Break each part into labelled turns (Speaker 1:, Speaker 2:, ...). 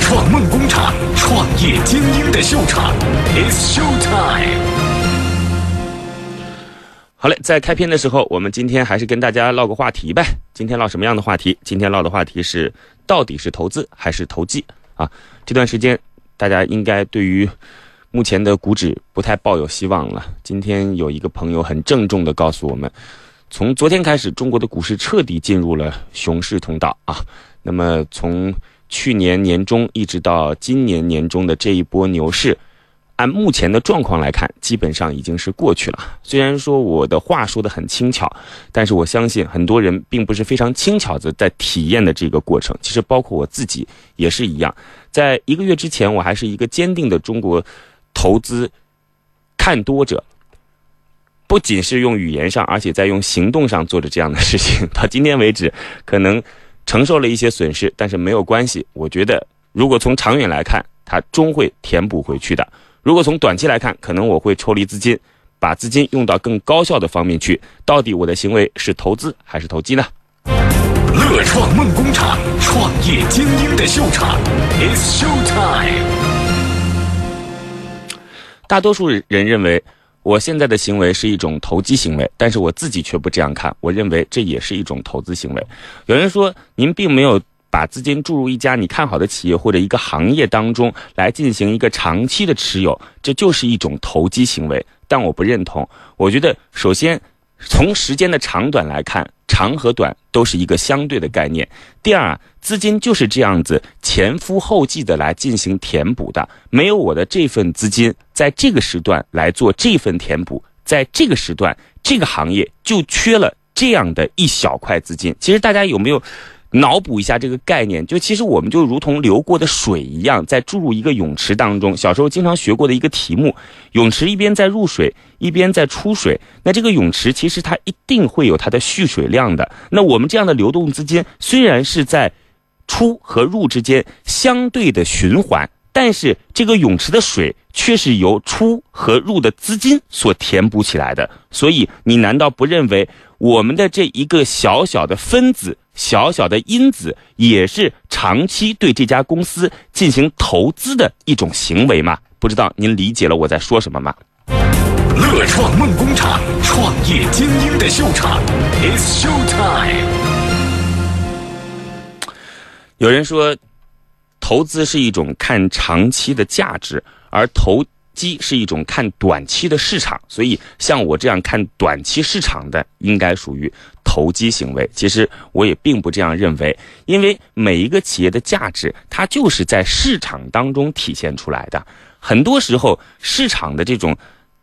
Speaker 1: 创梦工厂，创业精英的秀场，It's Show Time。
Speaker 2: 好嘞，在开篇的时候，我们今天还是跟大家唠个话题呗。今天唠什么样的话题？今天唠的话题是，到底是投资还是投机啊？这段时间大家应该对于目前的股指不太抱有希望了。今天有一个朋友很郑重的告诉我们，从昨天开始，中国的股市彻底进入了熊市通道啊。那么从去年年中一直到今年年中的这一波牛市。按目前的状况来看，基本上已经是过去了。虽然说我的话说的很轻巧，但是我相信很多人并不是非常轻巧的在体验的这个过程。其实包括我自己也是一样，在一个月之前，我还是一个坚定的中国投资看多者。不仅是用语言上，而且在用行动上做着这样的事情。到今天为止，可能承受了一些损失，但是没有关系。我觉得，如果从长远来看，它终会填补回去的。如果从短期来看，可能我会抽离资金，把资金用到更高效的方面去。到底我的行为是投资还是投机呢？
Speaker 1: 乐创梦工厂，创业精英的秀场，It's Show Time。
Speaker 2: 大多数人认为我现在的行为是一种投机行为，但是我自己却不这样看，我认为这也是一种投资行为。有人说您并没有。把资金注入一家你看好的企业或者一个行业当中来进行一个长期的持有，这就是一种投机行为。但我不认同，我觉得首先从时间的长短来看，长和短都是一个相对的概念。第二，资金就是这样子前赴后继的来进行填补的，没有我的这份资金在这个时段来做这份填补，在这个时段这个行业就缺了这样的一小块资金。其实大家有没有？脑补一下这个概念，就其实我们就如同流过的水一样，在注入一个泳池当中。小时候经常学过的一个题目，泳池一边在入水，一边在出水。那这个泳池其实它一定会有它的蓄水量的。那我们这样的流动资金，虽然是在出和入之间相对的循环，但是这个泳池的水却是由出和入的资金所填补起来的。所以，你难道不认为我们的这一个小小的分子？小小的因子也是长期对这家公司进行投资的一种行为嘛？不知道您理解了我在说什么吗？
Speaker 1: 乐创梦工厂，创业精英的秀场，It's Show Time。
Speaker 2: 有人说，投资是一种看长期的价值，而投。机是一种看短期的市场，所以像我这样看短期市场的，应该属于投机行为。其实我也并不这样认为，因为每一个企业的价值，它就是在市场当中体现出来的。很多时候，市场的这种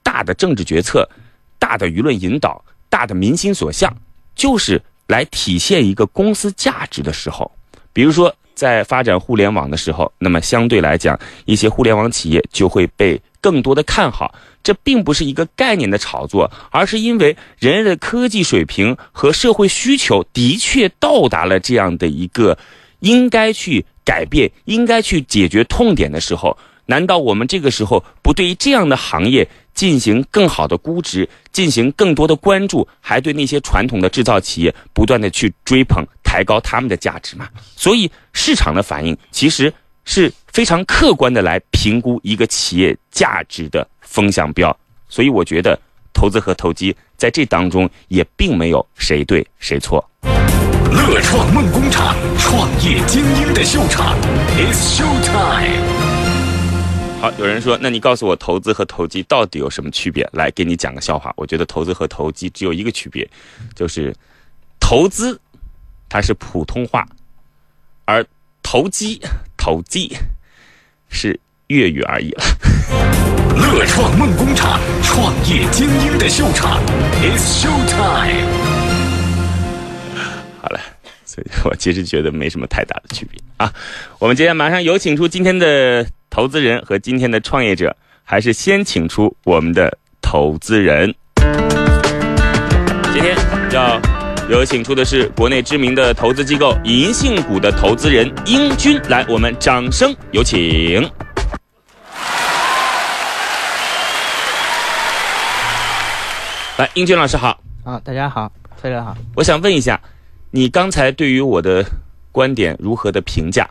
Speaker 2: 大的政治决策、大的舆论引导、大的民心所向，就是来体现一个公司价值的时候。比如说，在发展互联网的时候，那么相对来讲，一些互联网企业就会被。更多的看好，这并不是一个概念的炒作，而是因为人类的科技水平和社会需求的确到达了这样的一个应该去改变、应该去解决痛点的时候。难道我们这个时候不对这样的行业进行更好的估值，进行更多的关注，还对那些传统的制造企业不断的去追捧、抬高他们的价值吗？所以市场的反应其实。是非常客观的来评估一个企业价值的风向标，所以我觉得投资和投机在这当中也并没有谁对谁错。
Speaker 1: 乐创梦工厂，创业精英的秀场，It's Show Time。
Speaker 2: 好，有人说，那你告诉我投资和投机到底有什么区别？来，给你讲个笑话。我觉得投资和投机只有一个区别，就是投资它是普通话，而投机。投机是粤语而已了。
Speaker 1: 乐创梦工厂，创业精英的秀场，It's Show Time。
Speaker 2: 好了，所以我其实觉得没什么太大的区别啊。我们今天马上有请出今天的投资人和今天的创业者，还是先请出我们的投资人。今天要有请出的是国内知名的投资机构银信股的投资人英军，来，我们掌声有请。来，英军老师好。
Speaker 3: 啊，大家好，崔老好。
Speaker 2: 我想 问一下，你刚才对于我的观点如何的评价？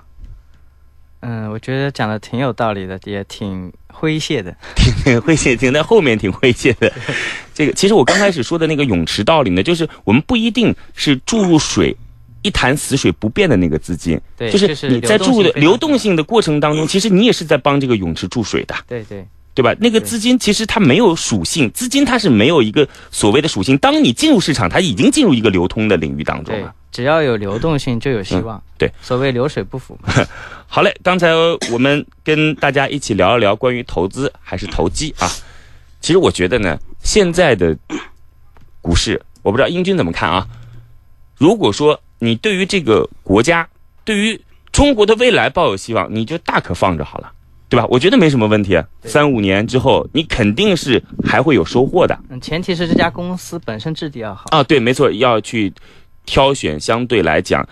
Speaker 3: 嗯，我觉得讲的挺有道理的，也挺诙谐的。
Speaker 2: 挺诙谐，挺在后面挺诙谐的。 这个其实我刚开始说的那个泳池道理呢，就是我们不一定是注入水。一潭死水不变的那个资金，
Speaker 3: 对
Speaker 2: 就
Speaker 3: 就是是
Speaker 2: 你在
Speaker 3: 流动
Speaker 2: 注入的
Speaker 3: 性非常
Speaker 2: 流动性的过程当中，其实你也是在帮这个泳池注水的，
Speaker 3: 对对
Speaker 2: 对吧？那个
Speaker 3: 对
Speaker 2: 资金其实它没有属性，资金它是没有一个所谓的属性。当你进入市场，它已经进入一个流通的领域当中
Speaker 3: 对
Speaker 2: 了。，
Speaker 3: 只要有流动性就有希望。
Speaker 2: 嗯对，
Speaker 3: 所谓流水不腐嘛。
Speaker 2: 好嘞，刚才我们跟大家一起聊一聊关于投资还是投机啊。其实我觉得呢，现在的股市，我不知道英军怎么看啊。如果说你对于这个国家，对于中国的未来抱有希望，你就大可放着好了，对吧？我觉得没什么问题啊。
Speaker 3: 对
Speaker 2: 三五年之后，你肯定是还会有收获的
Speaker 3: 嗯，前提是这家公司本身质地要好。
Speaker 2: 啊。对，没错，要去挑选相对来讲，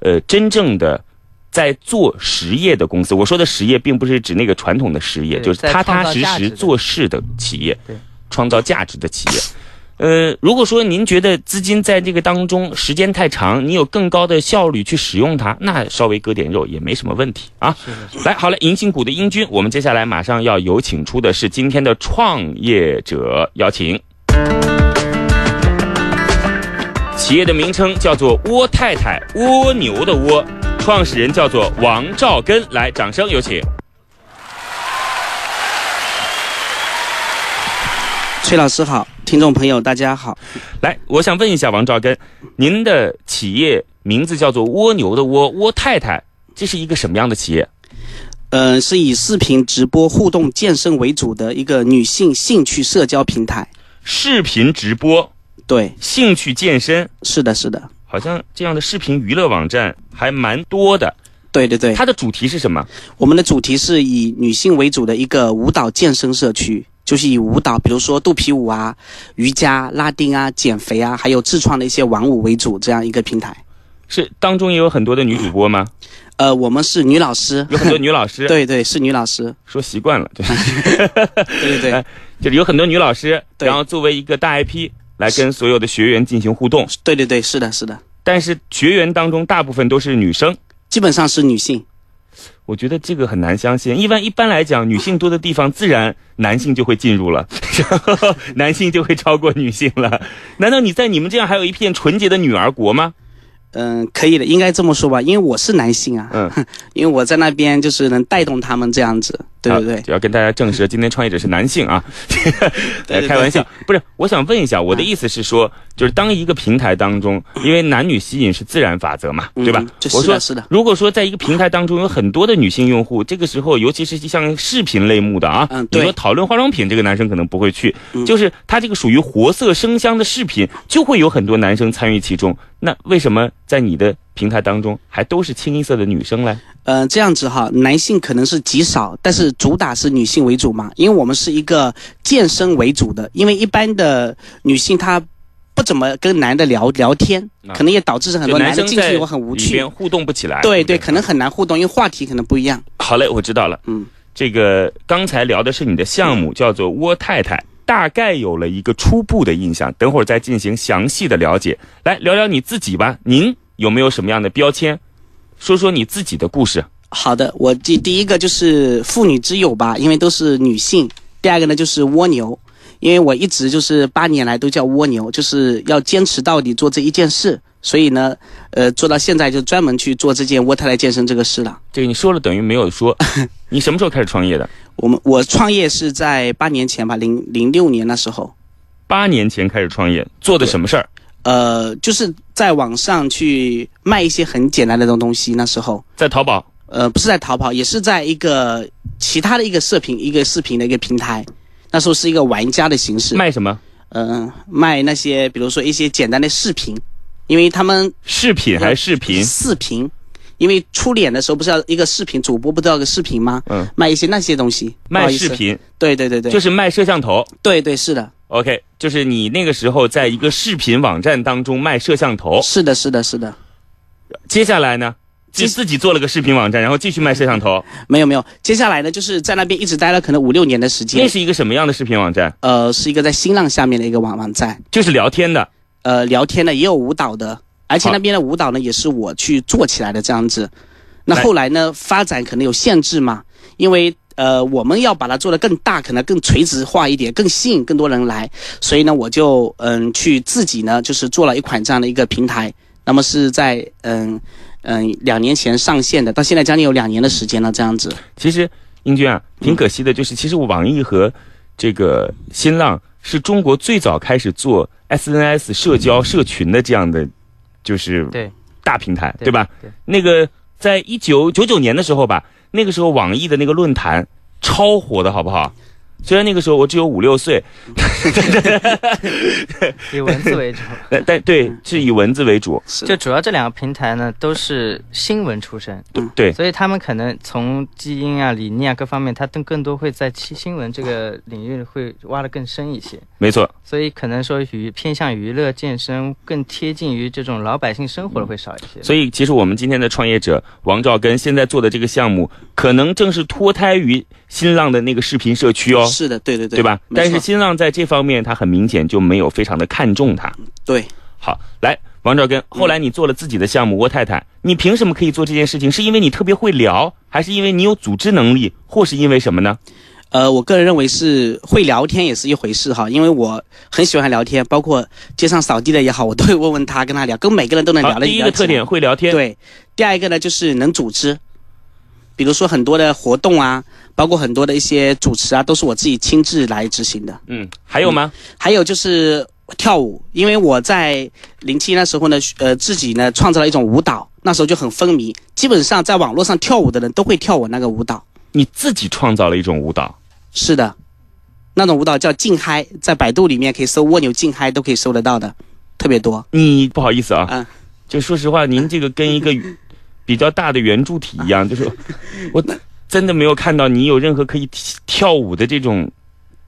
Speaker 2: 呃，真正的。在做实业的公司，我说的实业并不是指那个传统的实业，
Speaker 3: 对
Speaker 2: 就是
Speaker 3: 在
Speaker 2: 踏踏
Speaker 3: 创造
Speaker 2: 实
Speaker 3: 价值
Speaker 2: 实
Speaker 3: 的
Speaker 2: 做事的企业
Speaker 3: 对，
Speaker 2: 创造价值的企业。呃，如果说您觉得资金在这个当中时间太长，你有更高的效率去使用它，那稍微割点肉也没什么问题啊。
Speaker 3: 是的，是
Speaker 2: 来，好了，银杏股的英军，我们接下来马上要有请出的是今天的创业者，邀请。企业的名称叫做蜗太太，蜗牛的蜗，创始人叫做王兆根。来，掌声有请。
Speaker 4: 崔老师好，听众朋友大家好。
Speaker 2: 来，我想问一下王兆根，您的企业名字叫做蜗牛的蜗，蜗太太，这是一个什么样的企业？
Speaker 4: 嗯、是以视频直播互动健身为主的一个女性兴趣社交平台。
Speaker 2: 视频直播、
Speaker 4: 对，
Speaker 2: 兴趣健身，
Speaker 4: 是的，是的，
Speaker 2: 好像这样的视频娱乐网站还蛮多的。
Speaker 4: 对对对。
Speaker 2: 它的主题是什么？
Speaker 4: 我们的主题是以女性为主的一个舞蹈健身社区，就是以舞蹈，比如说肚皮舞啊、瑜伽、拉丁啊、减肥啊，还有自创的一些玩舞为主这样一个平台。
Speaker 2: 是当中也有很多的女主播 吗？
Speaker 4: 呃，我们是女老师，
Speaker 2: 有很多女老师，
Speaker 4: 对对，是女老师，
Speaker 2: 说习惯了，对，
Speaker 4: 对对对，
Speaker 2: 就是有很多女老师，
Speaker 4: 对
Speaker 2: 然后作为一个大 IP 来跟所有的学员进行互动，
Speaker 4: 对对对，是的，是的，
Speaker 2: 但是学员当中大部分都是女生。
Speaker 4: 基本上是女性。
Speaker 2: 我觉得这个很难相信，一般一般来讲，女性多的地方，自然男性就会进入了， 然后男性就会超过女性了。难道你在你们这样还有一片纯洁的女儿国吗？
Speaker 4: 嗯，可以的，应该这么说吧，因为我是男性啊，
Speaker 2: 嗯，
Speaker 4: 因为我在那边就是能带动他们这样子，对对对，
Speaker 2: 啊就要跟大家证实，今天创业者是男性啊，
Speaker 4: 对对对
Speaker 2: 开玩笑，不是，我想问一下，我的意思是说，就是当一个平台当中，因为男女吸引是自然法则嘛，
Speaker 4: 嗯
Speaker 2: 对吧
Speaker 4: 嗯？这
Speaker 2: 我
Speaker 4: 是
Speaker 2: 说
Speaker 4: 的，是的，
Speaker 2: 如果说在一个平台当中有很多的女性用户，这个时候，尤其是像视频类目的啊，
Speaker 4: 嗯
Speaker 2: 你
Speaker 4: 对
Speaker 2: 说讨论化妆品，这个男生可能不会去，
Speaker 4: 嗯
Speaker 2: 就是他这个属于活色生香的视频，就会有很多男生参与其中。那为什么在你的平台当中还都是清一色的女生嘞？
Speaker 4: 呃，这样子哈，男性可能是极少，但是主打是女性为主嘛，因为我们是一个健身为主的，因为一般的女性她不怎么跟男的聊聊天
Speaker 2: 啊，
Speaker 4: 可能也导致很
Speaker 2: 就
Speaker 4: 多
Speaker 2: 男
Speaker 4: 男的
Speaker 2: 生
Speaker 4: 进
Speaker 2: 在
Speaker 4: 去以后很无
Speaker 2: 里边
Speaker 4: 趣，
Speaker 2: 互动不起来。
Speaker 4: 对
Speaker 2: 不
Speaker 4: 对，可能很难互动，因为话题可能不一样，
Speaker 2: 好嘞，我知道了。
Speaker 4: 嗯，
Speaker 2: 这个刚才聊的是你的项目，叫做窝太太，大概有了一个初步的印象，等会儿再进行详细的了解。来聊聊你自己吧，您有没有什么样的标签？说说你自己的故事。
Speaker 4: 好的，我第第一个就是妇女之友吧，因为都是女性。第二个呢就是蜗牛，因为我一直就是八年来都叫蜗牛，就是要坚持到底做这一件事。所以呢，呃，做到现在就专门去做这件渥太太健身这个事了。
Speaker 2: 这个你说了等于没有 说。你什么时候开始创业的？
Speaker 4: 我们我创业是在八年前吧，零零六年那时候，
Speaker 2: 八年前开始创业，做的什么事儿？
Speaker 4: 呃，就是在网上去卖一些很简单的东东西。那时候，
Speaker 2: 在淘宝。
Speaker 4: 呃，不是在淘宝，也是在一个其他的一个视频一个视频的一个平台。那时候是一个玩家的形式，
Speaker 2: 卖什么？
Speaker 4: 嗯，卖那些比如说一些简单的饰品，因为他们
Speaker 2: 饰品还是视频？
Speaker 4: 饰品，因为出脸的时候不是要一个视频主播不都要个视频吗？
Speaker 2: 嗯，
Speaker 4: 卖一些那些东西，不
Speaker 2: 卖
Speaker 4: 好意思
Speaker 2: 视，频
Speaker 4: 对对对对，
Speaker 2: 就是卖摄像头。
Speaker 4: 对对是的，
Speaker 2: OK，就是你那个时候在一个视频网站当中卖摄像头。
Speaker 4: 是的是的是的，
Speaker 2: 接下来呢，就
Speaker 4: 接
Speaker 2: 自己做了个视频网站，然后继续卖摄像头。
Speaker 3: 嗯
Speaker 4: 没有没有，接下来呢就是在那边一直待了可能五六年的时
Speaker 2: 那
Speaker 4: 间，
Speaker 2: 是一个什么样的视频网站？
Speaker 4: 呃，是一个在新浪下面的一个网网站，
Speaker 2: 就是聊天的。
Speaker 4: 呃，聊天的也有舞蹈的，而且
Speaker 2: 好
Speaker 4: 那边的舞蹈呢也是我去做起来的这样子，那后来呢，发展可能有限制嘛，因为呃，我们要把它做得更大，可能更垂直化一点，更吸引更多人来，所以呢，我就嗯去自己呢，就是做了一款这样的一个平台，那么是在嗯嗯两年前上线的，到现在将近有两年的时间了，这样子。
Speaker 2: 其实英军啊，挺可惜的，就是其实网易和这个新浪是中国最早开始做 SNS 社交社群的这样的，就是
Speaker 3: 对
Speaker 2: 大平台，
Speaker 3: 对
Speaker 2: 对吧？？
Speaker 3: 对，
Speaker 2: 那个在一九九九年的时候吧，那个时候网易的那个论坛超火的，好不好？虽然那个时候我只有五六岁，
Speaker 3: 以文 字为主。
Speaker 2: 但但对
Speaker 4: 嗯
Speaker 2: 是以文字为主，
Speaker 4: 是
Speaker 3: 就主要这两个平台呢，都是新闻出身，
Speaker 4: 嗯
Speaker 2: 对
Speaker 3: 所以他们可能从基因啊、理念啊各方面，他更更多会在新新闻这个领域会挖得更深一些。
Speaker 2: 没错。
Speaker 3: 所以可能说娱偏向娱乐、健身，更贴近于这种老百姓生活的会少一些。
Speaker 2: 所以，其实我们今天的创业者王兆根现在做的这个项目，可能正是脱胎于新浪的那个视频社区哦，
Speaker 4: 是的，对对对，
Speaker 2: 对吧？
Speaker 4: 没
Speaker 2: 但是
Speaker 4: 错
Speaker 2: 新浪在这方面，它很明显就没有非常的看重它。
Speaker 4: 对，
Speaker 2: 好，来，王兆根，后来
Speaker 4: 嗯
Speaker 2: 你做了自己的项目窝太太，你凭什么可以做这件事情？是因为你特别会聊，还是因为你有组织能力，或是因为什么呢？
Speaker 4: 呃，我个人认为是会聊天也是一回事哈，因为我很喜欢聊天，包括街上扫地的也好，我都会问问他，跟他聊，跟每个人都能聊
Speaker 2: 好，
Speaker 4: 得
Speaker 2: 第
Speaker 4: 起
Speaker 2: 一
Speaker 4: 来
Speaker 2: 个特点会聊天，
Speaker 4: 对，第二一个呢就是能组织，比如说很多的活动啊，包括很多的一些主持啊，都是我自己亲自来执行的。
Speaker 2: 嗯，还有吗？
Speaker 4: 还有就是跳舞，因为我在零七那时候呢，呃，自己呢创造了一种舞蹈，那时候就很风靡，基本上在网络上跳舞的人都会跳我那个舞蹈。
Speaker 2: 你自己创造了一种舞蹈，
Speaker 4: 是的，那种舞蹈叫劲嗨，在百度里面可以搜“蜗牛劲嗨”都可以搜得到的，特别多。
Speaker 2: 你不好意思啊，
Speaker 4: 嗯
Speaker 2: 就说实话，您这个跟一 个比较大的圆柱体一样，就是我真的没有看到你有任何可以跳跳舞的这种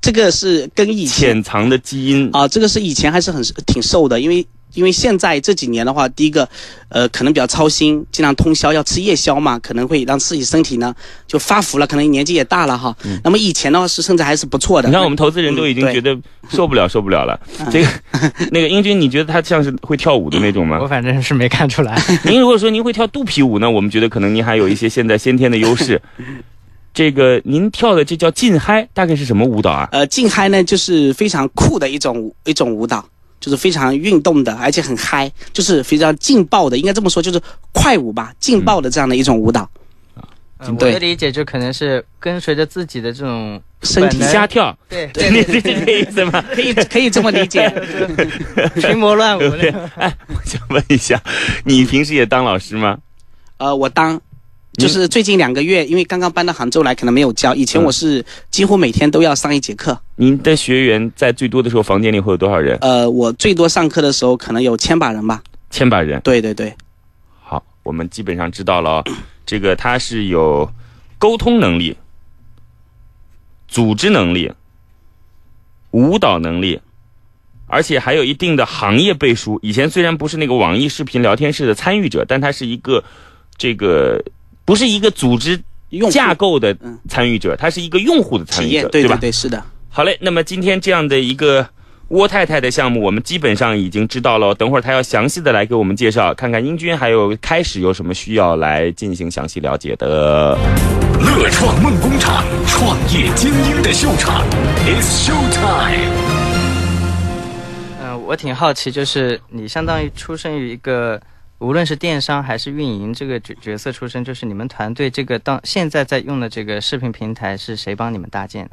Speaker 4: 这个是跟以前
Speaker 2: 潜藏的基因。
Speaker 3: 哦
Speaker 4: 啊、这个是以前还是很挺瘦的，因为因为现在这几年的话，第一个，呃，可能比较操心，经常通宵要吃夜宵嘛，可能会让自己身体呢就发福了，可能年纪也大了哈。那么以前的话是身材还是不错的。
Speaker 2: 嗯你看，我们投资人都已经
Speaker 4: 嗯
Speaker 2: 觉
Speaker 4: 对
Speaker 2: 得受不了，受不了了。
Speaker 3: 嗯
Speaker 2: 这个，那个英军，你觉得他像是会跳舞的那种
Speaker 3: 我
Speaker 2: 吗？
Speaker 3: 反正是没看出 来。
Speaker 2: 您如果说您会跳肚皮舞呢，我们觉得可能您还有一些现在先天的优 势。这个您跳的这叫劲嗨，大概是什么舞蹈啊？
Speaker 4: 呃，劲嗨呢就是非常酷的一种舞一种舞蹈，就是非常运动的，而且很嗨，就是非常劲爆的，应该这么说，就是快舞吧，劲爆的这样的一种舞蹈。
Speaker 3: 呃我
Speaker 4: 对
Speaker 3: 的理解就可能是跟随着自己的 这种
Speaker 4: 身体
Speaker 3: 本能
Speaker 2: 瞎跳，
Speaker 3: 呃对
Speaker 2: 这
Speaker 3: 对
Speaker 2: 这这个意思吗？
Speaker 4: 可以可以这么理解，
Speaker 3: 群魔乱舞 那种。
Speaker 2: 想问一下，你平时也当老师吗？
Speaker 4: 呃，我当。就是最近两个月，因为刚刚搬到杭州来，可能没有教。以前
Speaker 2: 嗯
Speaker 4: 我是几乎每天都要上一节课，
Speaker 2: 您的学员在最多的时候，房间里会有多少人？
Speaker 4: 呃，我最多上课的时候可能有千把人吧。
Speaker 2: 千把人。
Speaker 4: 对对对，
Speaker 2: 好，我们基本上知道了哦、
Speaker 4: 嗯
Speaker 2: 这个他是有沟通能力、组织能力、舞蹈能力，而且还有一定的行业背书。以前虽然不是那个网易视频聊天室的参与者，但他是一个这个不是一个组织
Speaker 4: 用户
Speaker 2: 架构的
Speaker 4: 嗯
Speaker 2: 参与者，他是一个用户的参
Speaker 4: 体
Speaker 2: 与
Speaker 4: 验
Speaker 2: 者，，
Speaker 4: 对
Speaker 2: 吧
Speaker 4: 对？对，是的。
Speaker 2: 好嘞，那么今天这样的一个窝太太的项目，我们基本上已经知道了。等会儿她要详细的来给我们介绍，看看英军还有开始有什么需要来进行详细了解
Speaker 4: 呃
Speaker 2: 的。
Speaker 1: 乐创梦工厂，创业精英的秀场，It's Show Time。
Speaker 3: 嗯、我挺好奇，就是你相当于出生于一个，无论是电商还是运营这个角角色出身，就是你们团队这个当现在在用的这个视频平台是谁帮你们搭建的？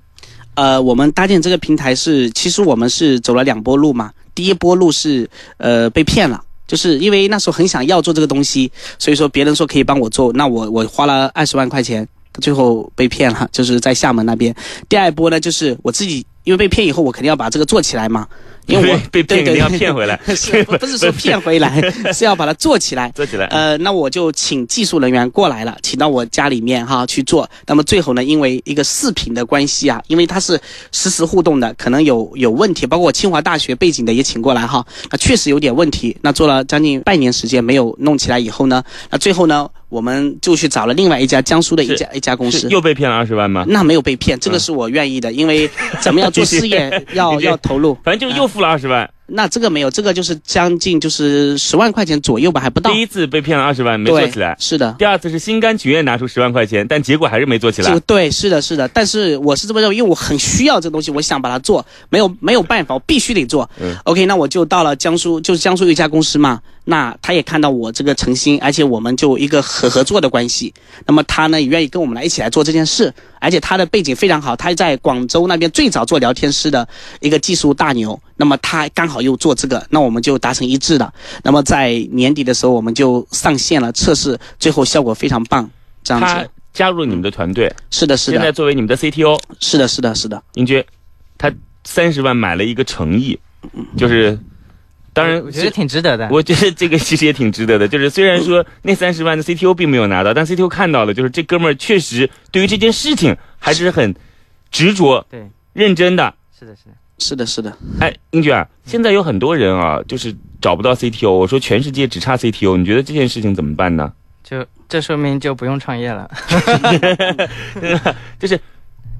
Speaker 4: 呃，我们搭建这个平台是，其实我们是走了两波路嘛。第一波路是，呃，被骗了，就是因为那时候很想要做这个东西，所以说别人说可以帮我做，那我我花了二十万块钱，最后被骗了， 就是在厦门那边。第二波呢，就是我自己，因为被骗以后，我肯定要把这个做起来嘛，因为我
Speaker 2: 被被骗肯定要骗
Speaker 4: 回
Speaker 2: 回来，
Speaker 4: 来， 是不不是说骗 回来，是要把它做起来。
Speaker 2: 坐起来。
Speaker 4: 呃，那我就请技术人员过来了，请到我家里面哈去做。那么最后呢，因为一个视频的关系啊，因为它是实时互动的，可能有有问题，包括我清华大学背景的也请过来哈，那确实有点问题。那做了将近半年时间没有弄起来以后呢，那最后呢，我们就去找了另外一家江苏的一家一家公
Speaker 2: 是
Speaker 4: 司。
Speaker 2: 又被骗了二十万吗？
Speaker 4: 那没有 被骗，这个是我愿意的，因为咱们要做事业，要
Speaker 2: 你这
Speaker 4: 要投入。
Speaker 2: 反正就是又付了二十万，
Speaker 4: 那这个没有，这个就是将近就是十万块钱左右吧，还不到。
Speaker 2: 第一次被骗了二十万没做
Speaker 4: 对嗯
Speaker 2: 起来，
Speaker 4: 是的，
Speaker 2: 第二次是心甘情愿拿出十万块钱，但结果还是没做起
Speaker 4: 这
Speaker 2: 来
Speaker 4: 个。对，是的，是的。但是我是这么认为，因为我很需要这东西，我想把它做，没有没有办法，我必须得做。
Speaker 2: 嗯
Speaker 4: OK，那我就到了江苏，就是江苏有一家公司嘛，那他也看到我这个诚心，而且我们就一个合合作的关系。那么他呢也愿意跟我们来一起来做这件事，而且他的背景非常好，他在广州那边最早做聊天室的一个技术大牛。那么他刚好又做这个，那我们就达成一致了。那么在年底的时候，我们就上线了测试，最后效果非常棒。这样
Speaker 2: 他
Speaker 4: 子，
Speaker 2: 加入了你们的团队，
Speaker 4: 是的，是
Speaker 2: 现在
Speaker 4: 的，
Speaker 2: 作为你们的 CTO，
Speaker 4: 是的，是的，是的。
Speaker 2: 英军，他三十万买了一个诚意，
Speaker 4: 嗯
Speaker 2: 就是，当然
Speaker 3: 我觉得挺值得的。
Speaker 2: 我觉得这个其实也挺值得的，就是虽然说那三十万的 CTO 并没有拿到，但 CTO 看到了，就是这哥们儿确实对于这件事情还是很执着、
Speaker 3: 对，
Speaker 2: 认真的。
Speaker 3: 是的，是的，
Speaker 4: 是的，是的，
Speaker 2: 哎，英俊啊，现在有很多人啊，就是找不到 CTO，我说全世界只差 CTO，你觉得这件事情怎么办呢？
Speaker 3: 就这说明就不用创业了。
Speaker 2: 就是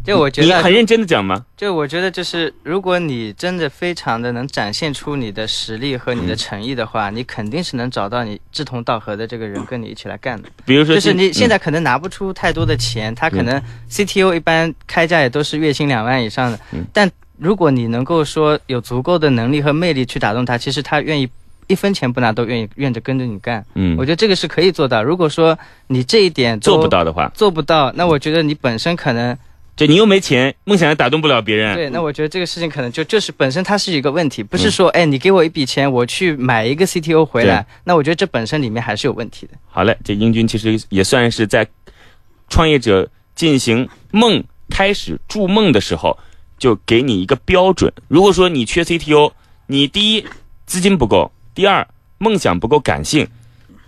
Speaker 3: 就我觉
Speaker 2: 你
Speaker 3: 得
Speaker 2: 很，认真的讲吗？
Speaker 3: 就我觉得就是，如果你真的非常的能展现出你的实力和
Speaker 2: 嗯
Speaker 3: 你的诚意的话，你肯定是能找到你志同道合的这个人跟你一起来干的。
Speaker 2: 比如说
Speaker 3: 就是你现
Speaker 2: 在、
Speaker 3: 在可能拿不出太多的钱，他
Speaker 2: 嗯
Speaker 3: 可能 CTO 一般开价也都是月薪两万以上的
Speaker 2: 嗯，
Speaker 3: 但如果你能够说有足够的能力和魅力去打动他，其实他愿意一分钱不拿都愿意愿着跟着你干。
Speaker 2: 嗯
Speaker 3: 我
Speaker 2: 嗯
Speaker 3: 觉得这个是可以做到。如果说你这一点都
Speaker 2: 做不到的话，
Speaker 3: 做不到，那我觉得你本身可能
Speaker 2: 就你又没钱，梦想也打动不了别人。
Speaker 3: 对，那我觉得这个事情可能就就是本身它是一个问题，不是说
Speaker 2: 嗯
Speaker 3: 哎你给我一笔钱，我去买一个 CTO 回来，那我觉得这本身里面还是有问题的。
Speaker 2: 好嘞，这英军其实也算是在创业者进行梦开始筑梦的时候，就给你一个标准。如果说你缺 CTO，你第一资金不够，第二梦想不够感性，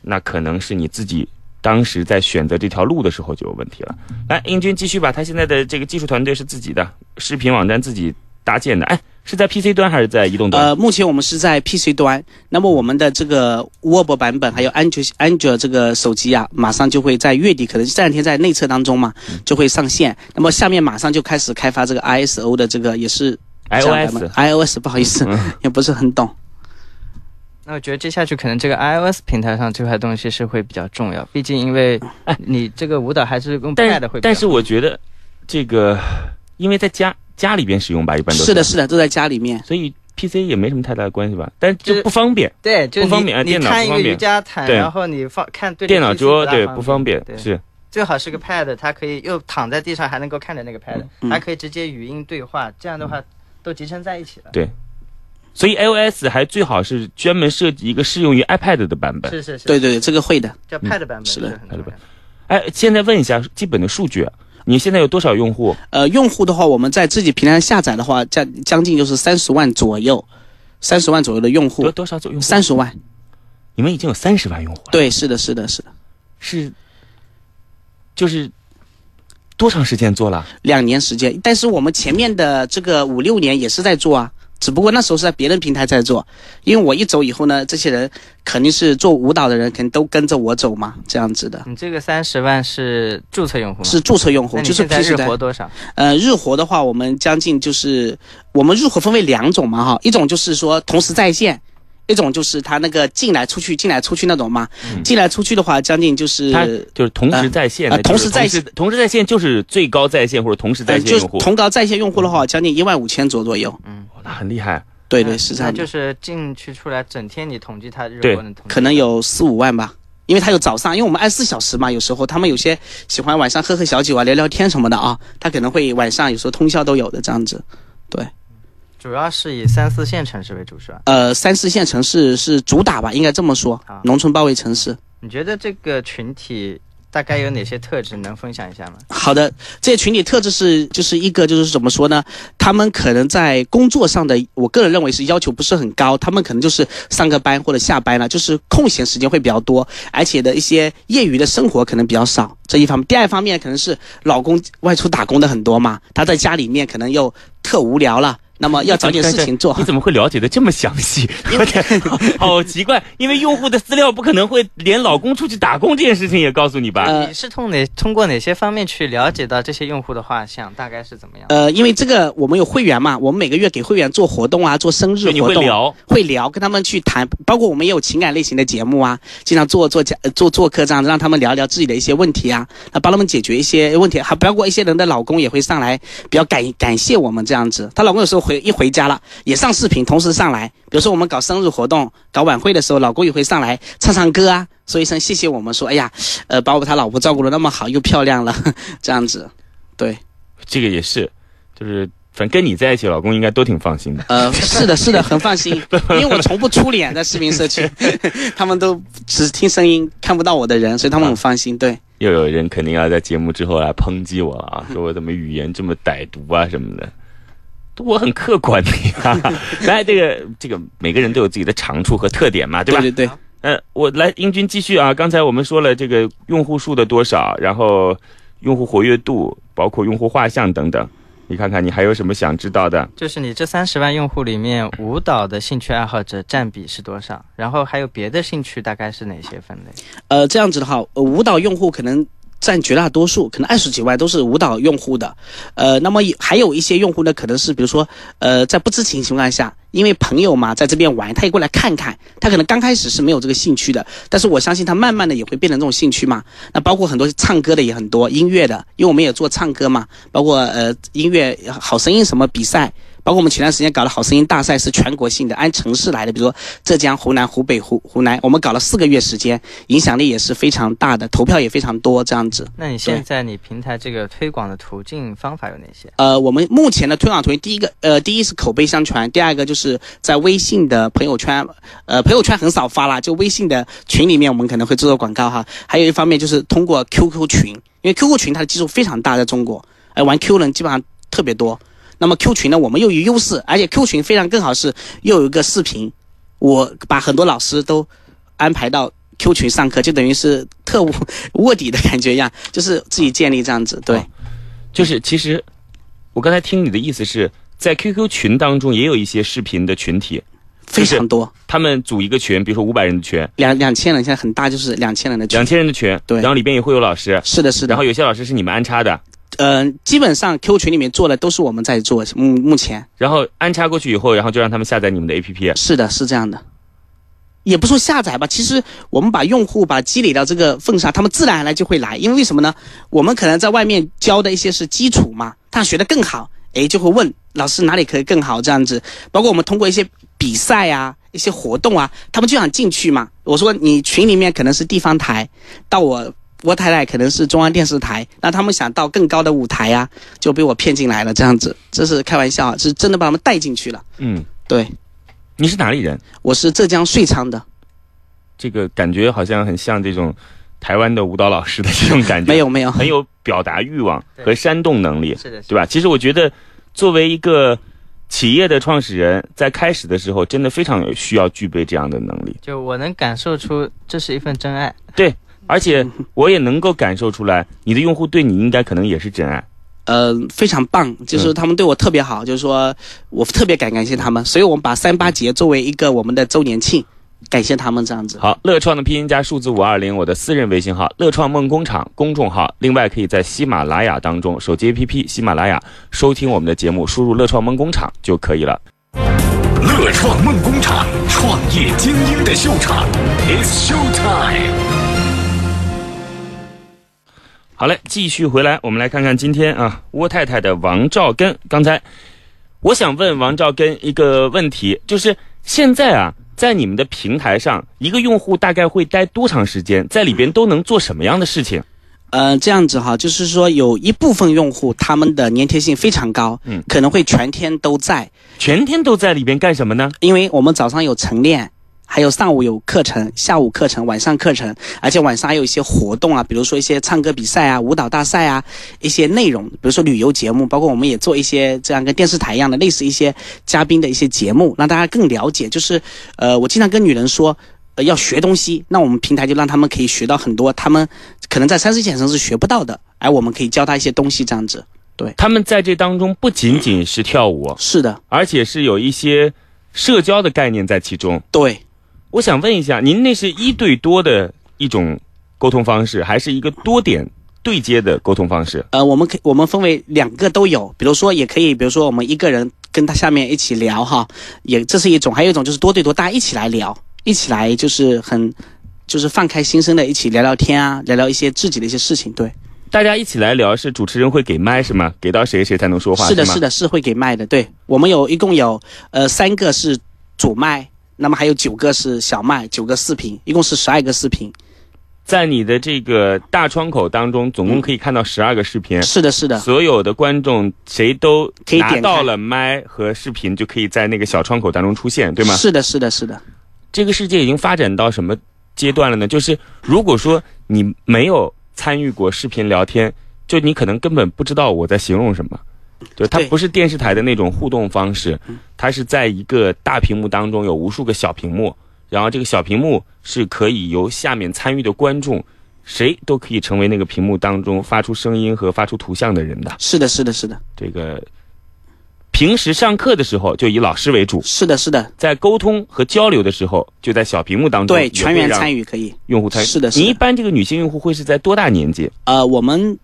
Speaker 2: 那可能是你自己当时在选择这条路的时候就有问题了。来，英军继续吧，他现在的这个技术团队是自己的，视频网站自己搭建的。哎，是在 PC 端还是在移动端？
Speaker 4: 呃，目前我们是在 PC 端，那么我们的这个 Web 版本还有 Android Android 这个手机啊，马上就会在月底，可能这两天在内测当中嘛，
Speaker 2: 嗯
Speaker 4: 就会上线。那么下面马上就开始开发这个 ISO 的这个也是
Speaker 2: i
Speaker 4: 呃这
Speaker 2: o
Speaker 4: 样
Speaker 2: s 嗯
Speaker 4: 的嘛 iOS 不好意思，也不是很懂。
Speaker 3: 那我觉得接下去可能这个 iOS 平台上这块东西是会比较重要，毕竟 因为你这个舞蹈还是用
Speaker 2: 但
Speaker 3: Pad
Speaker 2: 是
Speaker 3: 会比较
Speaker 2: 但是我觉得这个，因为在家家里边使用吧，一般都
Speaker 4: 是的，，是的，都在家里面。
Speaker 2: 所以 PC 也没什么太大的关系吧，但
Speaker 3: 就是
Speaker 2: 就不方便，
Speaker 3: 对，就是
Speaker 2: 不方便啊
Speaker 3: 你你
Speaker 2: 电脑
Speaker 3: 看一
Speaker 2: 不
Speaker 3: 个
Speaker 2: 方便
Speaker 3: 瑜伽毯，
Speaker 2: 对
Speaker 3: 然后你放看对着
Speaker 2: 电脑
Speaker 3: PC
Speaker 2: 桌对
Speaker 3: 大
Speaker 2: 不方便，
Speaker 3: 对
Speaker 2: 是
Speaker 3: 最好是个 Pad，它可以又躺在地上还能够看着那个 Pad，、
Speaker 4: 嗯
Speaker 3: 还可以直接语音对话，这样的话都集成在一起了。
Speaker 2: 所以 iOS 还最好是专门设计一个适用于 iPad 的版本。
Speaker 3: 是是是，
Speaker 4: 对对对，这个会的。
Speaker 3: 叫 Pad 版本
Speaker 4: 是的
Speaker 3: 很重要
Speaker 2: Pad 版哎，现在问一下基本的数据，你现在有多少用户？
Speaker 4: 呃，用户的话，我们在自己平台上下载的话，将将近就是三十万左右，三十万左右的用
Speaker 2: 多
Speaker 4: 户，
Speaker 2: 多少左右？
Speaker 4: 三十万。
Speaker 2: 你们已经有三十万用户了，
Speaker 4: 对，是的，是的，是的，
Speaker 2: 是就是多长时间做了？
Speaker 4: 两年时间，但是我们前面的这个五六年也是在做啊，只不过那时候是在别人平台在做，因为我一走以后呢，这些人肯定是做舞蹈的人，肯定都跟着我走嘛，这样子的。
Speaker 3: 你这个三十万是注册用户吗？
Speaker 4: 是注册用户，
Speaker 3: 那你
Speaker 4: 就是
Speaker 3: 现在
Speaker 4: PC
Speaker 3: 日
Speaker 4: 端
Speaker 3: 活。多少？
Speaker 4: 呃，日活的话，我们将近就是我们日活分为两种嘛哈，一种就是说同时在线，一种就是他那个进来出去进来出去那种嘛，
Speaker 3: 嗯
Speaker 4: 进来出去的话，将近就是
Speaker 2: 它就是同时在线的，
Speaker 4: 呃
Speaker 2: 就是
Speaker 4: 同时在线
Speaker 2: 同时在线就是最高在线或者同时在
Speaker 4: 呃，
Speaker 2: 线
Speaker 4: 就是
Speaker 2: 用户，
Speaker 4: 同高在线用户的话，将近一万五千左左右。
Speaker 2: 哦那很厉害。
Speaker 4: 对
Speaker 3: 嗯那
Speaker 4: 对，是这样
Speaker 3: 嗯那
Speaker 4: 的。
Speaker 3: 就是进去出来，整天你统计它日
Speaker 2: 对
Speaker 3: 活能统计
Speaker 4: 可能有四五万吧，因为他有早上，因为我们二十四小时嘛，有时候他们有些喜欢晚上喝喝小酒啊、聊聊天什么的啊，他可能会晚上有时候通宵都有的这样子。
Speaker 3: 主要是以三四线城市为主，是吧？
Speaker 4: 呃，三四线城市是主打吧，应该这么说
Speaker 3: 啊，
Speaker 4: 农村包围城市。
Speaker 3: 你觉得这个群体大概有哪些特质？能分享一下吗？
Speaker 4: 好的，这些群体特质是就是一个就是怎么说呢？他们可能在工作上的，我个人认为是要求不是很高，他们可能就是上个班或者下班了，就是空闲时间会比较多，而且的一些业余的生活可能比较少。这一方面，第二方面可能是老公外出打工的很多嘛，他在家里面可能又特无聊了。那么啊要找点事情做
Speaker 2: 你。怎么会了解的这么详 细？有点好好奇怪，因为用户的资料不可能会连老公出去打工这件事情也告诉你吧？
Speaker 4: 呃
Speaker 3: 你是通哪通过哪些方面去了解到这些用户的画像大概是怎么样？
Speaker 4: 呃，因为这个我们有会员嘛，我们每个月给会员做活动啊，做生日
Speaker 2: 所以你
Speaker 4: 活
Speaker 2: 会
Speaker 4: 动，
Speaker 2: 聊，
Speaker 4: 会聊，跟他们去谈，包括我们也有情感类型的节目啊，经常做做家呃做做客这样子，让他们聊聊自己的一些问题啊，那帮他们解决一些问题，还包括一些人的老公也会上来，比较感感谢我们这样子。她老公有时候回一回家了，也上视频，同时上来，比如说我们搞生日活动、搞晚会的时候，老公也会上来唱唱歌啊，说一声谢谢我们，说哎呀，呃，把我他老婆照顾的那么好，又漂亮了， 这样子，对。
Speaker 2: 这个也是，就是反正跟你在一起，老公应该都挺放 心的。
Speaker 4: 呃，是的，是的，很 放心，因为我从不出脸在视频社区， 他们都只听声音，看不到我的人，所以他们很放心。对，
Speaker 2: 又有人肯定要在节目之后来抨击我了 啊，说我怎么语言这么歹毒啊什么的。我很客观的呀， 来，这个这个每个人都有自己的长处和特点嘛，对吧？
Speaker 4: 对对
Speaker 2: 呃，我来英军继续啊，刚才我们说了这个用户数的多少，然后用户活跃度，包括用户画像等等，你看看你还有什么想知道的？
Speaker 3: 就是你这三十万用户里面，舞蹈的兴趣爱好者占比是多少？然后还有别的兴趣大概是哪些分类？
Speaker 4: 呃，这样子的话，呃舞蹈用户可能占绝大多数，可能二十几万都是舞蹈用户的。呃，那么也还有一些用户呢，可能是比如说，呃，在不知情情况下，因为朋友嘛在这边玩，他也过来看看，他可能刚开始是没有这个兴趣的，但是我相信他慢慢的也会变成这种兴趣嘛。那包括很多唱歌的也很多，音乐的，因为我们也做唱歌嘛，包括呃音乐好声音什么比赛。包括我们前段时间搞的好声音大赛是全国性的，按城市来的，比如说浙江、湖南、湖北、湖湖南，我们搞了四个月时间，影响力也是非常大的，投票也非常多，这样子。
Speaker 3: 那你现在你平台这个推广的途径方法有哪些？
Speaker 4: 呃，我们目前的推广途径，第一个，呃，第一是口碑相传，第二个就是在微信的朋友圈，呃，朋友圈很少发啦，就微信的群里面，我们可能会做做广告哈。还有一方面就是通过 QQ 群，因为 QQ 群它的基数非常大，在中国，呃，玩 Q 人基本上特别多。那么 Q 群呢，我们又有优势，而且 Q 群非常更好是又有一个视频，我把很多老师都安排到 Q 群上课，就等于是特务 卧底的感觉一样，就是自己建立这样子，对。
Speaker 2: 就是其实我刚才听你的意思是在 QQ 群当中也有一些视频的群体，
Speaker 4: 非常多，
Speaker 2: 他们组一个群，比如说五百人的群，
Speaker 4: 两两千人现在很大，就是两千人的群
Speaker 2: 两。千人的群，
Speaker 4: 对
Speaker 2: 然后里边也会有老师，
Speaker 4: 是的，是的。
Speaker 2: 然后有些老师是你们安插的，
Speaker 4: 呃，基本上 Q 群里面做的都是我们在做，目目前
Speaker 2: 然后安插过去以后，然后就让他们下载你们的 APP。
Speaker 4: 是的，是这样的。也不说下载吧，其实我们把用户把积累到这个份上，他们自然而然就会来。因为为什么呢？我们可能在外面教的一些是基础嘛，他学的更好，诶，就会问老师哪里可以更好这样子。包括我们通过一些比赛啊、一些活动啊，他们就想进去嘛。我说你群里面可能是地方台，到我我太太可能是中央电视台，那他们想到更高的舞台呀、就被我骗进来了这样子。这是开玩笑啊，是真的把他们带进去了。
Speaker 2: 嗯，
Speaker 4: 对，
Speaker 2: 你是哪里人？
Speaker 4: 我是浙江遂昌的。
Speaker 2: 这个感觉好像很像这种台湾的舞蹈老师的这种感觉，
Speaker 4: 没有没有，
Speaker 2: 很有表达欲望
Speaker 3: 对
Speaker 2: 和煽动能力，
Speaker 3: 是的，是
Speaker 2: 对吧？其实我觉得，作为一个企业的创始人，在开始的时候，真的非常有需要具备这样的能力。
Speaker 3: 就我能感受出这是一份真爱。
Speaker 2: 而且我也能够感受出来，你的用户对你应该可能也是真爱。
Speaker 4: 呃，非常棒，就是他们对我特别好，就是说我特别感感谢他们，所以我们把三八节作为一个我们的周年庆，感谢他们这样子。
Speaker 2: 好，乐创的拼音加数字五二零，我的私人微信号乐创梦工厂公众号，另外可以在喜马拉雅当中手机 APP 喜马拉雅收听我们的节目，输入乐创梦工厂就可以了。
Speaker 1: 乐创梦工厂，创业精英的秀场，It's Show Time。
Speaker 2: 好嘞，继续回来，我们来看看今天啊，窝太太的王兆根。刚才我想问王兆根一个问题，就是现在啊，在你们的平台上，一个用户大概会待多长时间，在里边都能做什么样的事情？
Speaker 4: 呃，这样子哈，就是说有一部分用户他们的粘贴性非常高，
Speaker 2: 嗯
Speaker 4: 可能会全天都在，
Speaker 2: 全天都在里边干什么呢？
Speaker 4: 因为我们早上有晨练，还有上午有课程，下午课程，晚上课程，而且晚上还有一些活动啊，比如说一些唱歌比赛啊、舞蹈大赛啊，一些内容，比如说旅游节目，包括我们也做一些这样跟电视台一样的类似一些嘉宾的一些节目，让大家更了解。就是呃，我经常跟女人说。呃，要学东西，那我们平台就让他们可以学到很多他们可能在三四线城市学不到的，而我们可以教他一些东西，这样子。对，
Speaker 2: 他们在这当中不仅仅是跳舞，
Speaker 4: 是的，
Speaker 2: 而且是有一些社交的概念在其中。
Speaker 4: 对，
Speaker 2: 我想问一下，您那是一对多的一种沟通方式，还是一个多点对接的沟通方式？
Speaker 4: 呃，我们可我们分为两个都有，比如说也可以，比如说我们一个人跟他下面一起聊哈，也这是一种，还有一种就是多对多，大家一起来聊，一起来就是很就是放开心声的一起聊聊天啊，聊聊一些自己的一些事情，对。
Speaker 2: 大家一起来聊，是主持人会给麦是吗？给到谁谁才能说话？
Speaker 4: 是的，
Speaker 2: 吗
Speaker 4: 是的，是会给麦的。对我们有一共有呃三个是主麦，那么还有九个是小麦，九个视频，一共是十二个视频。
Speaker 2: 在你的这个大窗口当中，总共可以看到十二个视频。
Speaker 4: 是的，是的，
Speaker 2: 所有的观众谁都
Speaker 4: 可以点
Speaker 2: 拿
Speaker 4: 开
Speaker 2: 到了麦和视频，就可以在那个小窗口当中出现，对吗？
Speaker 4: 是的，是的，是的，
Speaker 2: 这个世界已经发展到什么阶段了呢？就是如果说你没有参与过视频聊天，就你可能根本不知道我在形容什么。就它
Speaker 4: 对
Speaker 2: 不是电视台的那种互动方式，它是在一个大屏幕当中有无数个小屏幕，然后这个小屏幕是可以由下面参与的观众，谁都可以成为那个屏幕当中发出声音和发出图像的人的。
Speaker 4: 是的，是的，是的，
Speaker 2: 这个平时上课的时候就以老师为主，
Speaker 4: 是的，是的，
Speaker 2: 在沟通和交流的时候，就在小屏幕当中，
Speaker 4: 对，全员参
Speaker 2: 与，
Speaker 4: 与可以。
Speaker 2: 用户参与。
Speaker 4: 是的是的
Speaker 2: 你一般这个女性用户会是在多大年纪？
Speaker 4: 呃，我们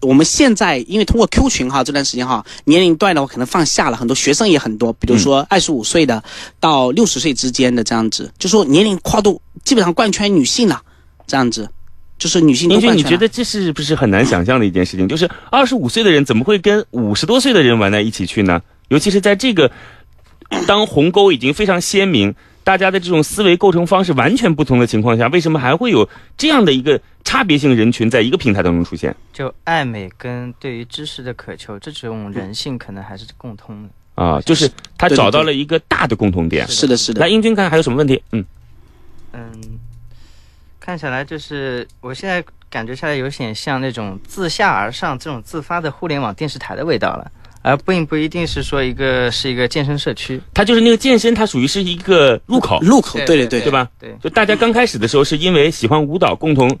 Speaker 4: 我们现在因为通过 Q 群哈，这段时间哈，年龄段的话可能放下了很多，学生也很多，比如说
Speaker 2: 嗯
Speaker 4: 二十五岁的到六十岁之间的这样子，就说年龄跨度基本上贯穿女性了，这样子，就是女性都
Speaker 2: 林
Speaker 4: 贯
Speaker 2: 军，
Speaker 4: 穿
Speaker 2: 你觉
Speaker 4: 了。
Speaker 2: 得这是不是很难想象的一件事情？ 就是二十五岁的人怎么会跟五十多岁的人玩在一起去呢？尤其是在这个当鸿沟已经非常鲜明，大家的这种思维构成方式完全不同的情况下，为什么还会有这样的一个差别性人群在一个平台当中出现
Speaker 3: 就爱美跟对于知识的渴求，这种人性可能还是共通的。
Speaker 2: 啊？就是他
Speaker 4: 对对
Speaker 2: 找到
Speaker 4: 对
Speaker 2: 了一个大的共同点。
Speaker 4: 是的，是的
Speaker 2: 来，，英军看还有什么问题？嗯，
Speaker 3: 嗯，看起来就是我现在感觉下来有点像那种自下而上这种自发的互联网电视台的味道了，而并不一定是说一个是一个健身社区。
Speaker 2: 他就是那个健身，它属于是一个入口。
Speaker 4: 入口，哦对对
Speaker 2: 对
Speaker 4: 对
Speaker 2: 吧？
Speaker 3: 对，
Speaker 2: 就大家刚开始的时候是因为喜欢舞蹈共同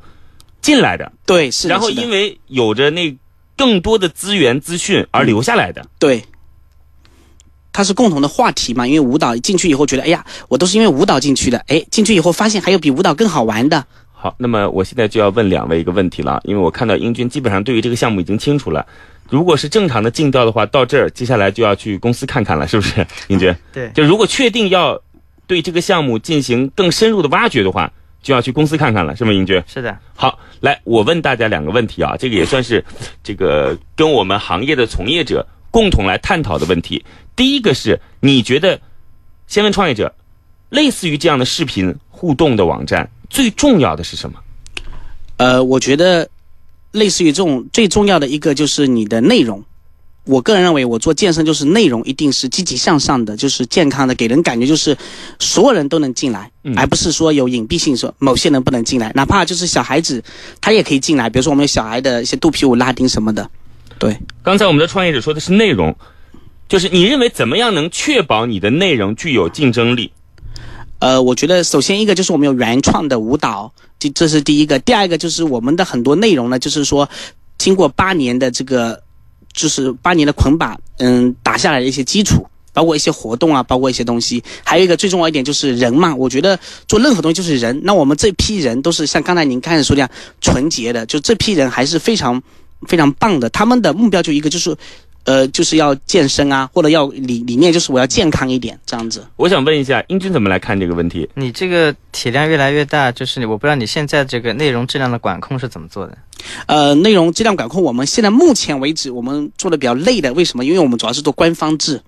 Speaker 2: 进来的，
Speaker 4: 对，是的，
Speaker 2: 然后
Speaker 4: 是的
Speaker 2: 因为有着那更多的资源资讯而留下来的。
Speaker 4: 对，它是共同的话题嘛。因为舞蹈进去以后觉得，哎呀，我都是因为舞蹈进去的。哎，进去以后发现还有比舞蹈更好玩的。
Speaker 2: 好，那么我现在就要问两位一个问题了，啊因为我看到英军基本上对于这个项目已经清楚了。如果是正常的竞调的话，到这儿接下来就要去公司看看了，是不 是？英军，
Speaker 3: 对
Speaker 2: 就如果确定要对这个项目进行更深入的挖掘的话，就要去公司看看了，是吗？英军？
Speaker 3: 是的，
Speaker 2: 好，来，我问大家两个问题啊，这个也算是这个跟我们行业的从业者共同来探讨的问题。第一个是，你觉得，先问创业者，类似于这样的视频互动的网站，最重要的是什么？
Speaker 4: 呃，我觉得类似于这种最重要的一个就是你的内容。我个人认为，我做健身就是内容一定是积极向上的，就是健康的，给人感觉就是所有人都能进来，
Speaker 2: 嗯
Speaker 4: 而不是说有隐蔽性，说某些人不能进来，哪怕就是小孩子他也可以进来。比如说我们有小孩的一些肚皮舞、拉丁什么的，对。
Speaker 2: 刚才我们的创业者说的是内容，就是你认为怎么样能确保你的内容具有竞争力？
Speaker 4: 呃，我觉得首先一个就是我们有原创的舞蹈，这这是第一个；第二个就是我们的很多内容呢，就是说经过八年的这个，就是八年的捆绑，嗯，打下来的一些基础，包括一些活动啊，包括一些东西。还有一个最重要一点就是人嘛，我觉得做任何东西就是人。那我们这批人都是像刚才您开始说那样纯洁的，就这批人还是非常非常棒的。他们的目标就一个就是。呃，就是要健身啊，或者要理理念就是我要健康一点这样子。
Speaker 2: 我想问一下，英军怎么来看这个问题？
Speaker 3: 你这个体量越来越大，就是你我不知道你现在这个内容质量的管控是怎么做的。
Speaker 4: 呃，内容质量管控，我们现在目前为止我们做的比较累的，为什么？因为我们主要是做官方制，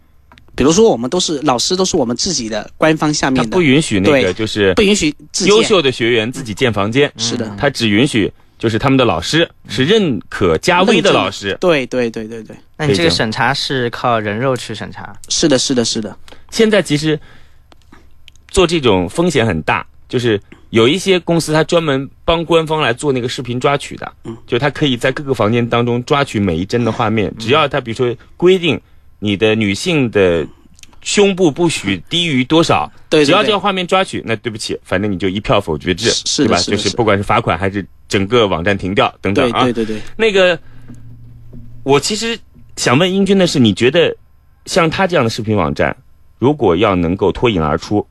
Speaker 4: 比如说我们都是老师，都是我们自己的官方下
Speaker 2: 他
Speaker 4: 面的，
Speaker 2: 不允许那个
Speaker 4: 嗯对
Speaker 2: 就是
Speaker 4: 不允许自
Speaker 2: 优
Speaker 4: 荐。嗯
Speaker 2: 秀的学员自己建房间。
Speaker 4: 是的，
Speaker 2: 他只允许就是他们的老师是认可加微的老师。
Speaker 4: 对对对对对，
Speaker 3: 那你这
Speaker 2: 北
Speaker 3: 个
Speaker 2: 京
Speaker 3: 审查是靠人肉去审查？
Speaker 4: 是的，是的，是的，
Speaker 2: 现在其实做这种风险很大，就是有一些公司它专门帮官方来做那个视频抓取的，
Speaker 4: 嗯
Speaker 2: 就它可以在各个房间当中抓取每一帧的画面，只要它比如说规定你的女性的。胸部不许低于多少？
Speaker 4: 对对对
Speaker 2: 只要这个画面抓取，那对不起，反正你就一票否决制，
Speaker 4: 是是的
Speaker 2: 对吧？
Speaker 4: 是的
Speaker 2: 就是
Speaker 4: 是
Speaker 2: 不管是罚款还是整个网站停掉等等
Speaker 4: 对
Speaker 2: 啊。
Speaker 4: 对对对，
Speaker 2: 那个我其实想问英军的是，你觉得像他这样的视频网站，如果要能够脱颖而出，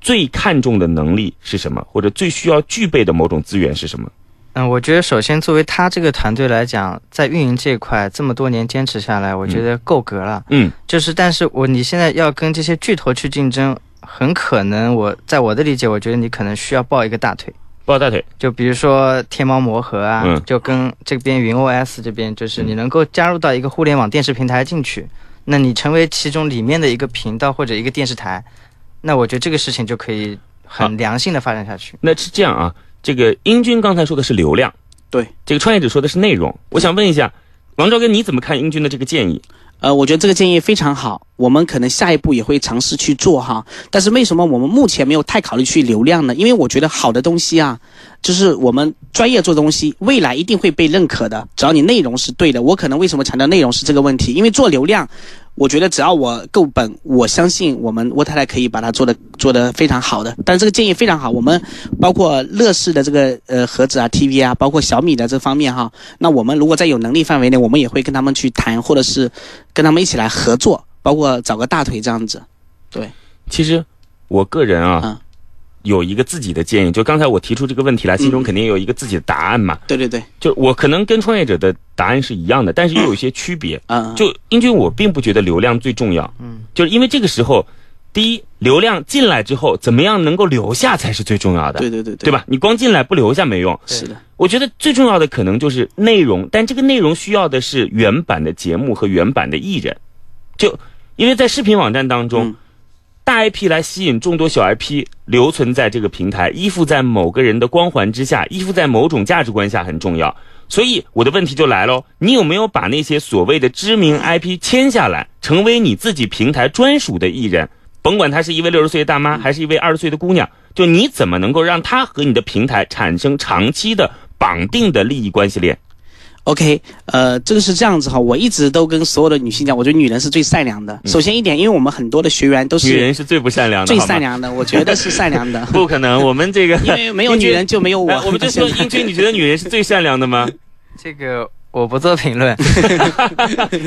Speaker 2: 最看重的能力是什么，或者最需要具备的某种资源是什么？
Speaker 3: 嗯，我觉得首先作为他这个团队来讲，在运营这块这么多年坚持下来，我觉得够格了。
Speaker 2: 嗯，
Speaker 3: 就是，但是我你现在要跟这些巨头去竞争，很可能我在我的理解，我觉得你可能需要抱一个大腿，
Speaker 2: 抱大腿，
Speaker 3: 就比如说天猫魔盒啊，
Speaker 2: 嗯
Speaker 3: 就跟这边云 OS 这边，就是你能够加入到一个互联网电视平台进去，那你成为其中里面的一个频道或者一个电视台，那我觉得这个事情就可以
Speaker 2: 好
Speaker 3: 很良性的发展下去。
Speaker 2: 那是这样啊，这个英军刚才说的是流量，
Speaker 4: 对，
Speaker 2: 这个创业者说的是内容。我想问一下，王昭根，你怎么看英军的这个建议？
Speaker 4: 呃，我觉得这个建议非常好，我们可能下一步也会尝试去做哈。但是为什么我们目前没有太考虑去流量呢？因为我觉得好的东西啊，就是我们专业做东西，未来一定会被认可的，只要你内容是对的。我可能为什么强调内容是这个问题？因为做流量，我觉得只要我够本，我相信我们沃太太可以把它做的做的非常好的。但是这个建议非常好，我们包括乐视的这个呃盒子啊、TV 啊，包括小米的这方面哈，那我们如果在有能力范围内，我们也会跟他们去谈，或者是跟他们一起来合作，包括找个大腿这样子。
Speaker 2: 其实我个人啊，
Speaker 4: 嗯
Speaker 2: 有一个自己的建议，就刚才我提出这个问题来，心中肯定有一个自己的答案嘛。
Speaker 4: 对对对，
Speaker 2: 就我可能跟创业者的答案是一样的，但是又有一些区别。
Speaker 4: 嗯，
Speaker 2: 就英军，我并不觉得流量最重要，
Speaker 3: 嗯，
Speaker 2: 就是因为这个时候，第一，流量进来之后，怎么样能够留下才是最重要的，
Speaker 4: 对对对对
Speaker 2: 对？吧？你光进来不留下没用。
Speaker 4: 是的，
Speaker 2: 我觉得最重要的可能就是内容，但这个内容需要的是原版的节目和原版的艺人，就因为在视频网站当中，
Speaker 4: 嗯
Speaker 2: 大 IP 来吸引众多小 IP 留存在这个平台，依附在某个人的光环之下，依附在某种价值观下很重要。所以我的问题就来喽，你有没有把那些所谓的知名 IP 签下来，成为你自己平台专属的艺人？甭管她是一位六十岁的大妈，还是一位二十岁的姑娘，就你怎么能够让她和你的平台产生长期的绑定的利益关系链？
Speaker 4: OK，呃，这个是这样子哈，我一直都跟所有的女性讲，我觉得女人是最善良的。首先一点，因为我们很多的学员都
Speaker 2: 嗯女
Speaker 4: 是
Speaker 2: 人是最不善良的，
Speaker 4: 最
Speaker 2: 好吗，
Speaker 4: 善，良的，我觉得是善良的
Speaker 2: 不可能，我们这个
Speaker 4: 因为没有女人就没有
Speaker 2: 哎
Speaker 4: 我。
Speaker 2: 我们就说英军，你觉得女人是最善良的 吗？
Speaker 3: 这个我不做评论。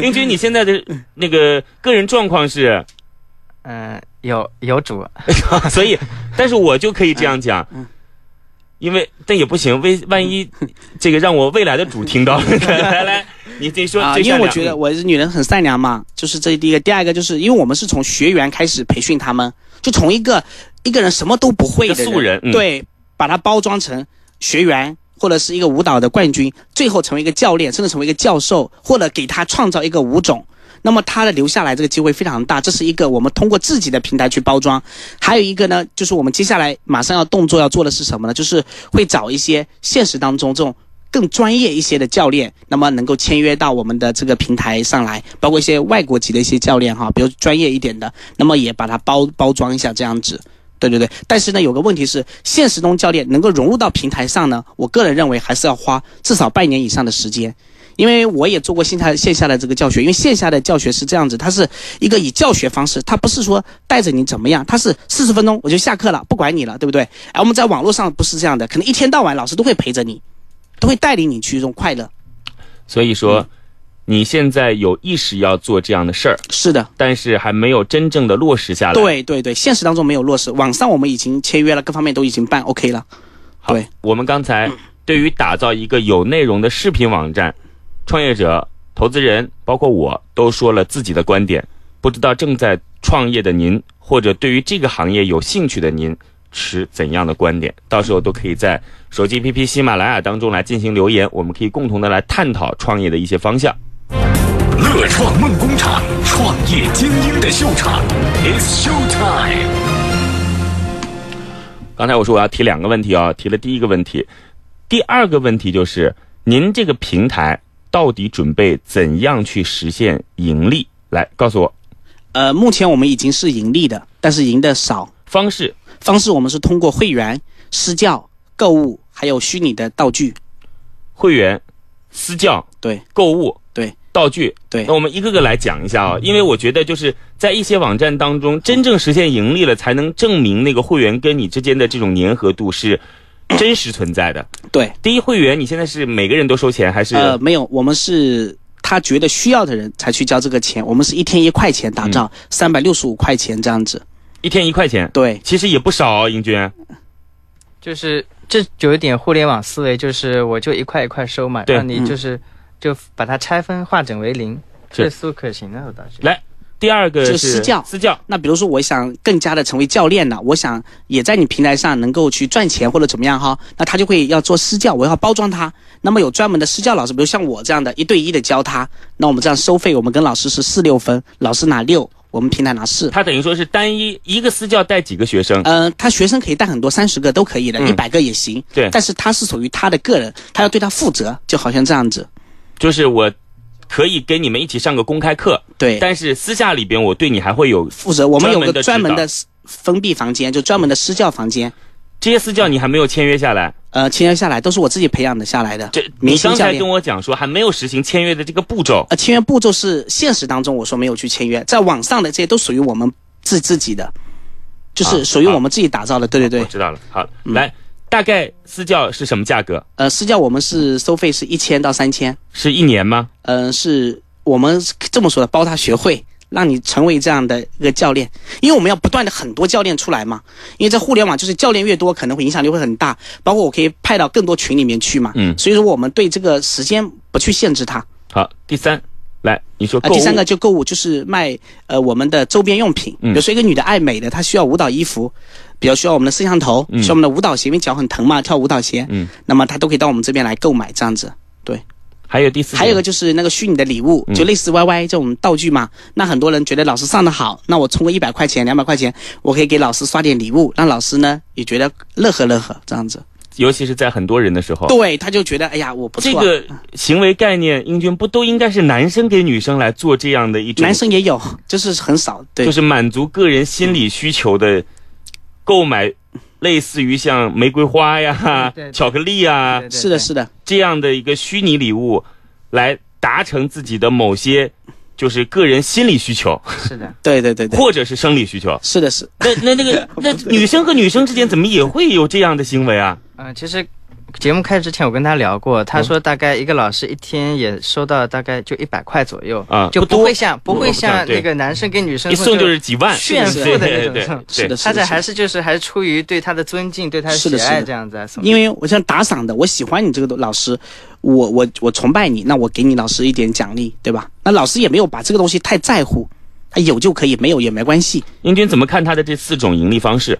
Speaker 2: 英军，你现在的那个个人状况是，
Speaker 3: 嗯，有有主，啊
Speaker 2: 所以，但是我就可以这样讲
Speaker 4: 嗯嗯，
Speaker 2: 因为但也不行，为万一这个让我未来的主听 到了，来来，你你说
Speaker 4: 啊，
Speaker 2: 最
Speaker 4: 因
Speaker 2: 善
Speaker 4: 为我
Speaker 2: 良，
Speaker 4: 觉得我是女人很善良嘛，就是这是第一个。第二个就是因为我们是从学员开始培训他们，就从一个一个人什么都不会的
Speaker 2: 一个素人嗯
Speaker 4: 对，把他包装成学员。或者是一个舞蹈的冠军，最后成为一个教练，甚至成为一个教授，或者给他创造一个舞种，那么他的留下来这个机会非常大。这是一个我们通过自己的平台去包装，还有一个呢，就是我们接下来马上要动作要做的是什么呢？就是会找一些现实当中这种更专业一些的教练，那么能够签约到我们的这个平台上来，包括一些外国籍的一些教练哈，比如专业一点的，那么也把它包包装一下这样子。对对对，但是呢，有个问题是，现实中教练能够融入到平台上呢，我个人认为还是要花至少半年以上的时间，因为我也做过线下线下的这个教学，因为线下的教学是这样子，它是一个以教学方式，它不是说带着你怎么样，它是四十分钟我就下课了，不管你了，对不对？而我们在网络上不是这样的，可能一天到晚老师都会陪着你，都会带领你去这种快乐。
Speaker 2: 所以说，你现在有意识要做这样的事儿，
Speaker 4: 是的，
Speaker 2: 但是还没有真正的落实下来。，
Speaker 4: 对对对，现实当中没有落实，网上我们已经签约了，各方面都已经办 OK 了。对，
Speaker 2: 我们刚才对于打造一个有内容的视频网站，创业者、投资人，包括我都说了自己的观点。不知道正在创业的您，或者对于这个行业有兴趣的您，持怎样的观点？到时候都可以在手机 APP 喜马拉雅当中来进行留言，我们可以共同的来探讨创业的一些方向。
Speaker 1: 乐创梦工厂，创业精英的秀场，It's Show Time。
Speaker 2: 刚才我说我要提两个问题啊、提了第一个问题，第二个问题就是您这个平台到底准备怎样去实现盈利？来告诉我
Speaker 4: 呃，目前我们已经是盈利的，但是赢的少。
Speaker 2: 方式。
Speaker 4: 方式我们是通过会员、私教、购物，还有虚拟的道具。
Speaker 2: 会员、私教、
Speaker 4: 对
Speaker 2: 购物、
Speaker 4: 对
Speaker 2: 道具。
Speaker 4: 对嗯
Speaker 2: 那，我们一个个来讲一下啊、因为我觉得就是在一些网站当中，真正实现盈利了，才能证明那个会员跟你之间的这种粘合度是 真实存在的。
Speaker 4: 对，
Speaker 2: 第一会员，你现在是每个人都收钱还是？
Speaker 4: 呃，没有，我们是他觉得需要的人才去交这个钱，我们是一天一块钱打造，
Speaker 2: 嗯
Speaker 4: 三百六十五块钱这样子。
Speaker 2: 一天一块钱？
Speaker 4: 对，
Speaker 2: 其实也不少、哦，英军。
Speaker 3: 就是这有一点互联网思维，就是我就一块一块收嘛，
Speaker 2: 对嗯
Speaker 3: 让你就是就把它拆分化整为零，
Speaker 2: 是
Speaker 3: 这速可行的，啊我倒是。
Speaker 2: 来，第二个
Speaker 4: 就是是私教
Speaker 2: 私教
Speaker 4: 那比如说，我想更加的成为教练了，我想也在你平台上能够去赚钱或者怎么样哈，那他就会要做私教，我要包装他。那么有专门的私教老师，比如像我这样的，一对一的教他。那我们这样收费，我们跟老师是四六分，老师拿六，我们平台拿四。
Speaker 2: 他等于说是单一一个私教带几个学生，
Speaker 4: 嗯，他学生可以带很多，三十个都可以的，
Speaker 2: 嗯哎
Speaker 4: 一百个也行。
Speaker 2: 对
Speaker 4: 但是他是属于他的个人，他要对他负责，就好像这样子。
Speaker 2: 就是我可以跟你们一起上个公开课，
Speaker 4: 对，
Speaker 2: 但是私下里边我对你还会有
Speaker 4: 负责。我们
Speaker 2: 专
Speaker 4: 有
Speaker 2: 门的
Speaker 4: 个专门
Speaker 2: 指导
Speaker 4: 的私封闭房间，就专门的私教房间。
Speaker 2: 这些私教你还没有签约下来。
Speaker 4: 呃，签约下来都是我自己培养的下来的。
Speaker 2: 这
Speaker 4: 明
Speaker 2: 你
Speaker 4: 星
Speaker 2: 刚
Speaker 4: 教
Speaker 2: 才
Speaker 4: 练
Speaker 2: 跟我讲说还没有实行签约的这个步骤，
Speaker 4: 呃，签约步骤是现实当中我说没有去签约，在网上的这些都属于我们自自己的，就是属于我们自己打造的。对
Speaker 2: 啊
Speaker 4: 对嗯
Speaker 2: 我
Speaker 4: 对，
Speaker 2: 知道了。好，来，大概私教是什么价格？
Speaker 4: 呃，私教我们是收费是一千到三千，
Speaker 2: 是一年吗？
Speaker 4: 嗯，是我们是这么说的，包他学会。让你成为这样的一个教练，因为我们要不断的很多教练出来嘛，因为在互联网就是教练越多，可能会影响力会很大，包括我可以派到更多群里面去嘛，
Speaker 2: 嗯
Speaker 4: 所以说我们对这个时间呃不去限制它，
Speaker 2: 好，第三，来，你说
Speaker 4: 啊，
Speaker 2: 购物。
Speaker 4: 第三个就购物，就是卖呃我们的周边用品，
Speaker 2: 嗯
Speaker 4: 比如说一个女的爱美的，她需要舞蹈衣服，比较需要我们的摄像头，需要我们的舞蹈鞋，因为脚很疼嘛，跳舞蹈鞋，
Speaker 2: 嗯，
Speaker 4: 那么她都可以到我们这边来购买这样子。
Speaker 2: 还有第四，
Speaker 4: 还有一个就是那个虚拟的礼物，
Speaker 2: 嗯
Speaker 4: 就类似 YY 这种道具嘛。那很多人觉得老师上的好，那我充个一百块钱、两百块钱，我可以给老师刷点礼物，让老师呢也觉得乐呵乐呵这样子。
Speaker 2: 尤其是在很多人的时候，
Speaker 4: 对，他就觉得哎呀我不错
Speaker 2: 哦这
Speaker 4: 啊，
Speaker 2: 个行为概念，英军不都应该是男生给女生来做这样的一种，
Speaker 4: 男生也有，就是很少，对，
Speaker 2: 就是满足个人心理需求的购买，类似于像玫瑰花呀
Speaker 3: 嗯、对对
Speaker 2: 巧克力啊
Speaker 3: 对对
Speaker 4: 是的，是的。
Speaker 2: 这样的一个虚拟礼物，来达成自己的某些就是个人心理需求，
Speaker 3: 是的，
Speaker 4: 对对对对，
Speaker 2: 或者是生理需求。
Speaker 4: 是的是，
Speaker 2: 那那那个 那女生和女生之间怎么也会有这样的行为啊？
Speaker 3: 嗯、其实节目开始之前我跟他聊过，
Speaker 2: 嗯
Speaker 3: 他说大概一个老师一天也收到大概就一百块左右
Speaker 2: 啊
Speaker 3: 就
Speaker 2: 不多
Speaker 3: 不会像不
Speaker 2: 不
Speaker 3: 会
Speaker 2: 不
Speaker 3: 像
Speaker 2: 对
Speaker 3: 那个男生给女生
Speaker 2: 一送就是是几万，
Speaker 3: 炫
Speaker 4: 富
Speaker 2: 对
Speaker 3: 的
Speaker 2: 对
Speaker 3: 那种
Speaker 2: 对
Speaker 3: 送
Speaker 4: 是的，
Speaker 2: 对
Speaker 4: 是
Speaker 3: 他
Speaker 4: 的
Speaker 3: 这
Speaker 4: 是的
Speaker 3: 还是就是还是出于对他的尊敬、对他
Speaker 4: 是
Speaker 3: 喜
Speaker 4: 的是
Speaker 3: 爱
Speaker 4: 的
Speaker 3: 这样子啊送。
Speaker 4: 因为我像打赏的，我喜欢你这个老师，我我我崇拜你，那我给你老师一点奖励，对吧？那老师也没有把这个东西太在乎，他有就可以，没有也没关系。
Speaker 2: 英军怎么看他的这四种盈利方
Speaker 3: 嗯
Speaker 2: 式？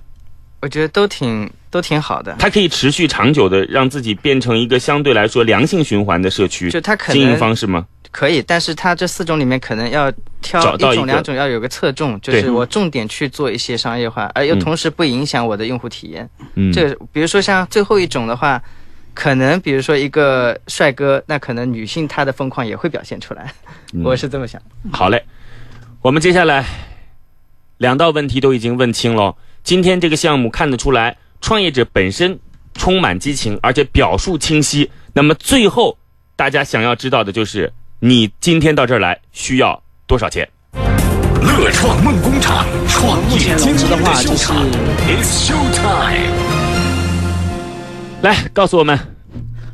Speaker 3: 我觉得都挺都挺好的，
Speaker 2: 它可以持续长久的让自己变成一个相对来说良性循环的社区
Speaker 3: 就他可
Speaker 2: 经营
Speaker 3: 能
Speaker 2: 方式吗？
Speaker 3: 可以，但是他这四种里面可能要挑
Speaker 2: 找到一
Speaker 3: 种
Speaker 2: 个
Speaker 3: 两种，要有个侧重，就是
Speaker 2: 对
Speaker 3: 我重点去做一些商业化，而又
Speaker 2: 嗯
Speaker 3: 同时不影响我的用户体验。
Speaker 2: 嗯，
Speaker 3: 这比如说像最后一种的话，可能比如说一个帅哥，那可能女性她的疯狂也会表现出来，
Speaker 2: 嗯
Speaker 3: 我是这么想。
Speaker 2: 好嘞，我们接下来两道问题都已经问清了。今天这个项目看得出来，创业者本身充满激情，而且表述清晰。那么最后大家想要知道的就是，你今天到这儿来需要多少钱？
Speaker 1: 乐创梦工厂，创
Speaker 4: 目
Speaker 1: 业
Speaker 4: 前
Speaker 1: 精
Speaker 4: 融资的
Speaker 1: 英的
Speaker 4: 话，就
Speaker 1: 秀
Speaker 4: 是
Speaker 1: 场。It's show time。
Speaker 2: 来告诉我们，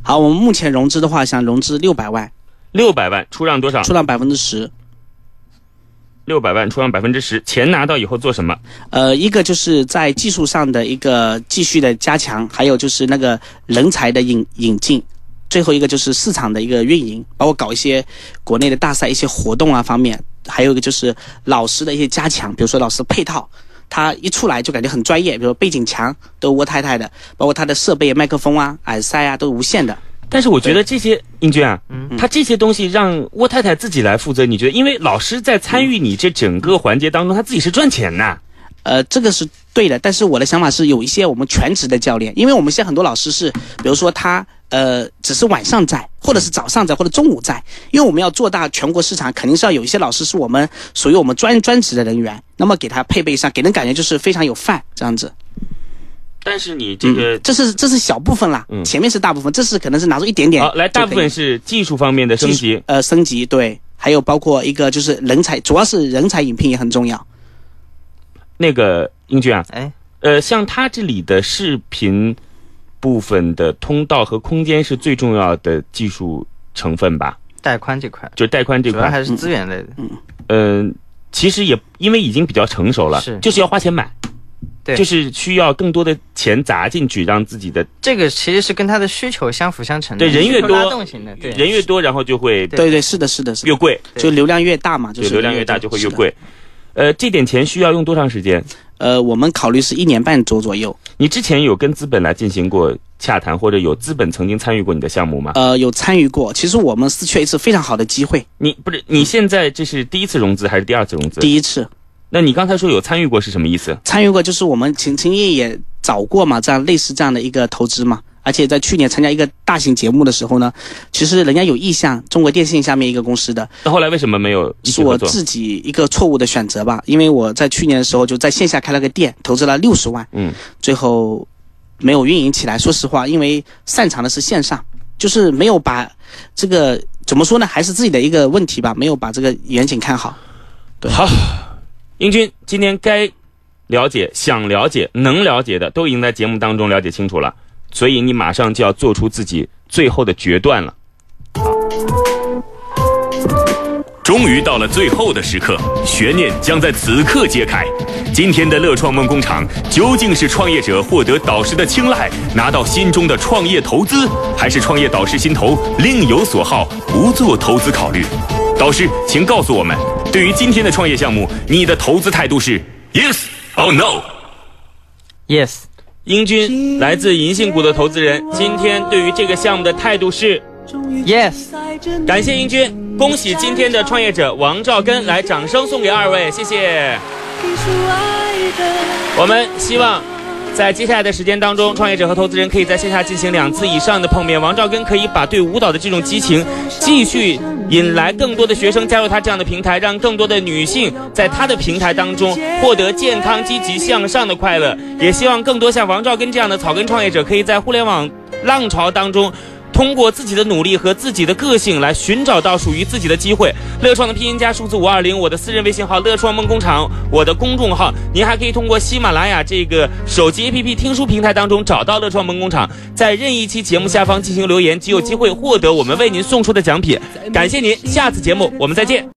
Speaker 4: 好，我们目前融资的话，想融资六百万，
Speaker 2: 六百万出让多少？
Speaker 4: 出让百分之十。
Speaker 2: 六百万出让百分之十，钱拿到以后做什么？
Speaker 4: 呃，一个就是在技术上的一个继续的加强，还有就是那个人才的引引进，最后一个就是市场的一个运营，包括搞一些国内的大赛、一些活动啊方面，还有一个就是老师的一些加强，比如说老师配套。他一出来就感觉很专业，比如说背景墙都是渥太太的，包括他的设备、麦克风啊、耳塞啊都是无线的。
Speaker 2: 但是我觉得这些英军啊，他这些东西让沃太太自己来负责，你觉得？因为老师在参与你这整个环节当中，他自己是赚钱呐。
Speaker 4: 呃，这个是对的，但是我的想法是，有一些我们全职的教练，因为我们现在很多老师是，比如说他呃，只是晚上在，或者是早上在，或者中午在，因为我们要做大全国市场，肯定是要有一些老师是我们属于我们专专职的人员，那么给他配备上，给人感觉就是非常有范这样子。嗯
Speaker 2: 但是你这个、
Speaker 4: 这是这是小部分啦，
Speaker 2: 嗯
Speaker 4: 前面是大部分，这是可能是拿出一点点
Speaker 2: 好来，大部分
Speaker 4: 是
Speaker 2: 是技术方面的升级，
Speaker 4: 呃升级对，还有包括一个就是人才，主要是人才引聘也很重要。
Speaker 2: 那个英军啊，
Speaker 3: 哎，
Speaker 2: 呃，像他这里的视频部分的通道和空间是最重要的技术成分吧？
Speaker 3: 带宽这块，
Speaker 2: 就带宽这
Speaker 3: 主要
Speaker 2: 块，
Speaker 3: 还是资源类的。
Speaker 2: 嗯、其实也因为已经比较成熟了，
Speaker 3: 是
Speaker 2: 就是要花钱买，
Speaker 3: 对
Speaker 2: 就是需要更多的钱砸进去，让自己的
Speaker 3: 这个其实是跟它的需求相辅相成的，
Speaker 2: 对人越
Speaker 3: 需求拉
Speaker 2: 多
Speaker 3: 动型的，对
Speaker 2: 人越多，然后就会
Speaker 3: 对
Speaker 4: 对对，是的，是的，是的
Speaker 2: 越贵，
Speaker 4: 就流量越大嘛，就
Speaker 2: 对，
Speaker 4: 是
Speaker 2: 流量越大就会越。
Speaker 4: 是的
Speaker 2: 贵。呃，这点钱需要用多长时间？
Speaker 4: 呃，我们考虑是一年半左左右。
Speaker 2: 你之前有跟资本来进行过洽谈，或者有资本曾经参与过你的项目吗？
Speaker 4: 呃，有参与过，其实我们失去一次非常好的机会，
Speaker 2: 你不是你现在这是第一次融资还是第二次融资？
Speaker 4: 第一次
Speaker 2: 那你刚才说有参与过是什么意思？
Speaker 4: 参与过，就是我们秦秦业也找过嘛，这样类似这样的一个投资嘛。而且在去年参加一个大型节目的时候呢，其实人家有意向，中国电信下面一个公司的，
Speaker 2: 那后来为什么没有一
Speaker 4: 是
Speaker 2: 起
Speaker 4: 我
Speaker 2: 合作？
Speaker 4: 自己一个错误的选择吧，因为我在去年的时候就在线下开了个店，投资了六十万，
Speaker 2: 嗯，
Speaker 4: 最后没有运营起来。说实话，因为擅长的是线上，就是没有把这个怎么说呢，还是自己的一个问题吧，没有把这个远景看好。对
Speaker 2: 好，英军今天该了解、想了解、能了解的都已经在节目当中了解清楚了，所以你马上就要做出自己最后的决断了。
Speaker 1: 终于到了最后的时刻，悬念将在此刻揭开。今天的乐创梦工厂究竟是创业者获得导师的青睐，拿到心中的创业投资，还是创业导师心头另有所好，不做投资考虑？导师，请告诉我们，对于今天的创业项目，你的投资态度是 yes or no？
Speaker 3: ，yes，
Speaker 2: 英军来自银杏谷的投资人，今天对于这个项目的态度是：
Speaker 3: Yes
Speaker 2: 感谢英军，恭喜今天的创业者王兆根，来掌声送给二位，谢谢。我们希望在接下来的时间当中，创业者和投资人可以在线下进行两次以上的碰面。王兆根可以把对舞蹈的这种激情继续引来更多的学生加入他这样的平台，让更多的女性在他的平台当中获得健康、积极向上的快乐。也希望更多像王兆根这样的草根创业者，可以在互联网浪潮当中。通过自己的努力和自己的个性来寻找到属于自己的机会。乐创的拼音加数字五二零，我的私人微信号乐创梦工厂，我的公众号，您还可以通过喜马拉雅这个手机 APP 听书平台当中找到乐创梦工厂，在任意一期节目下方进行留言，即有机会获得我们为您送出的奖品。感谢您，下次节目我们再见。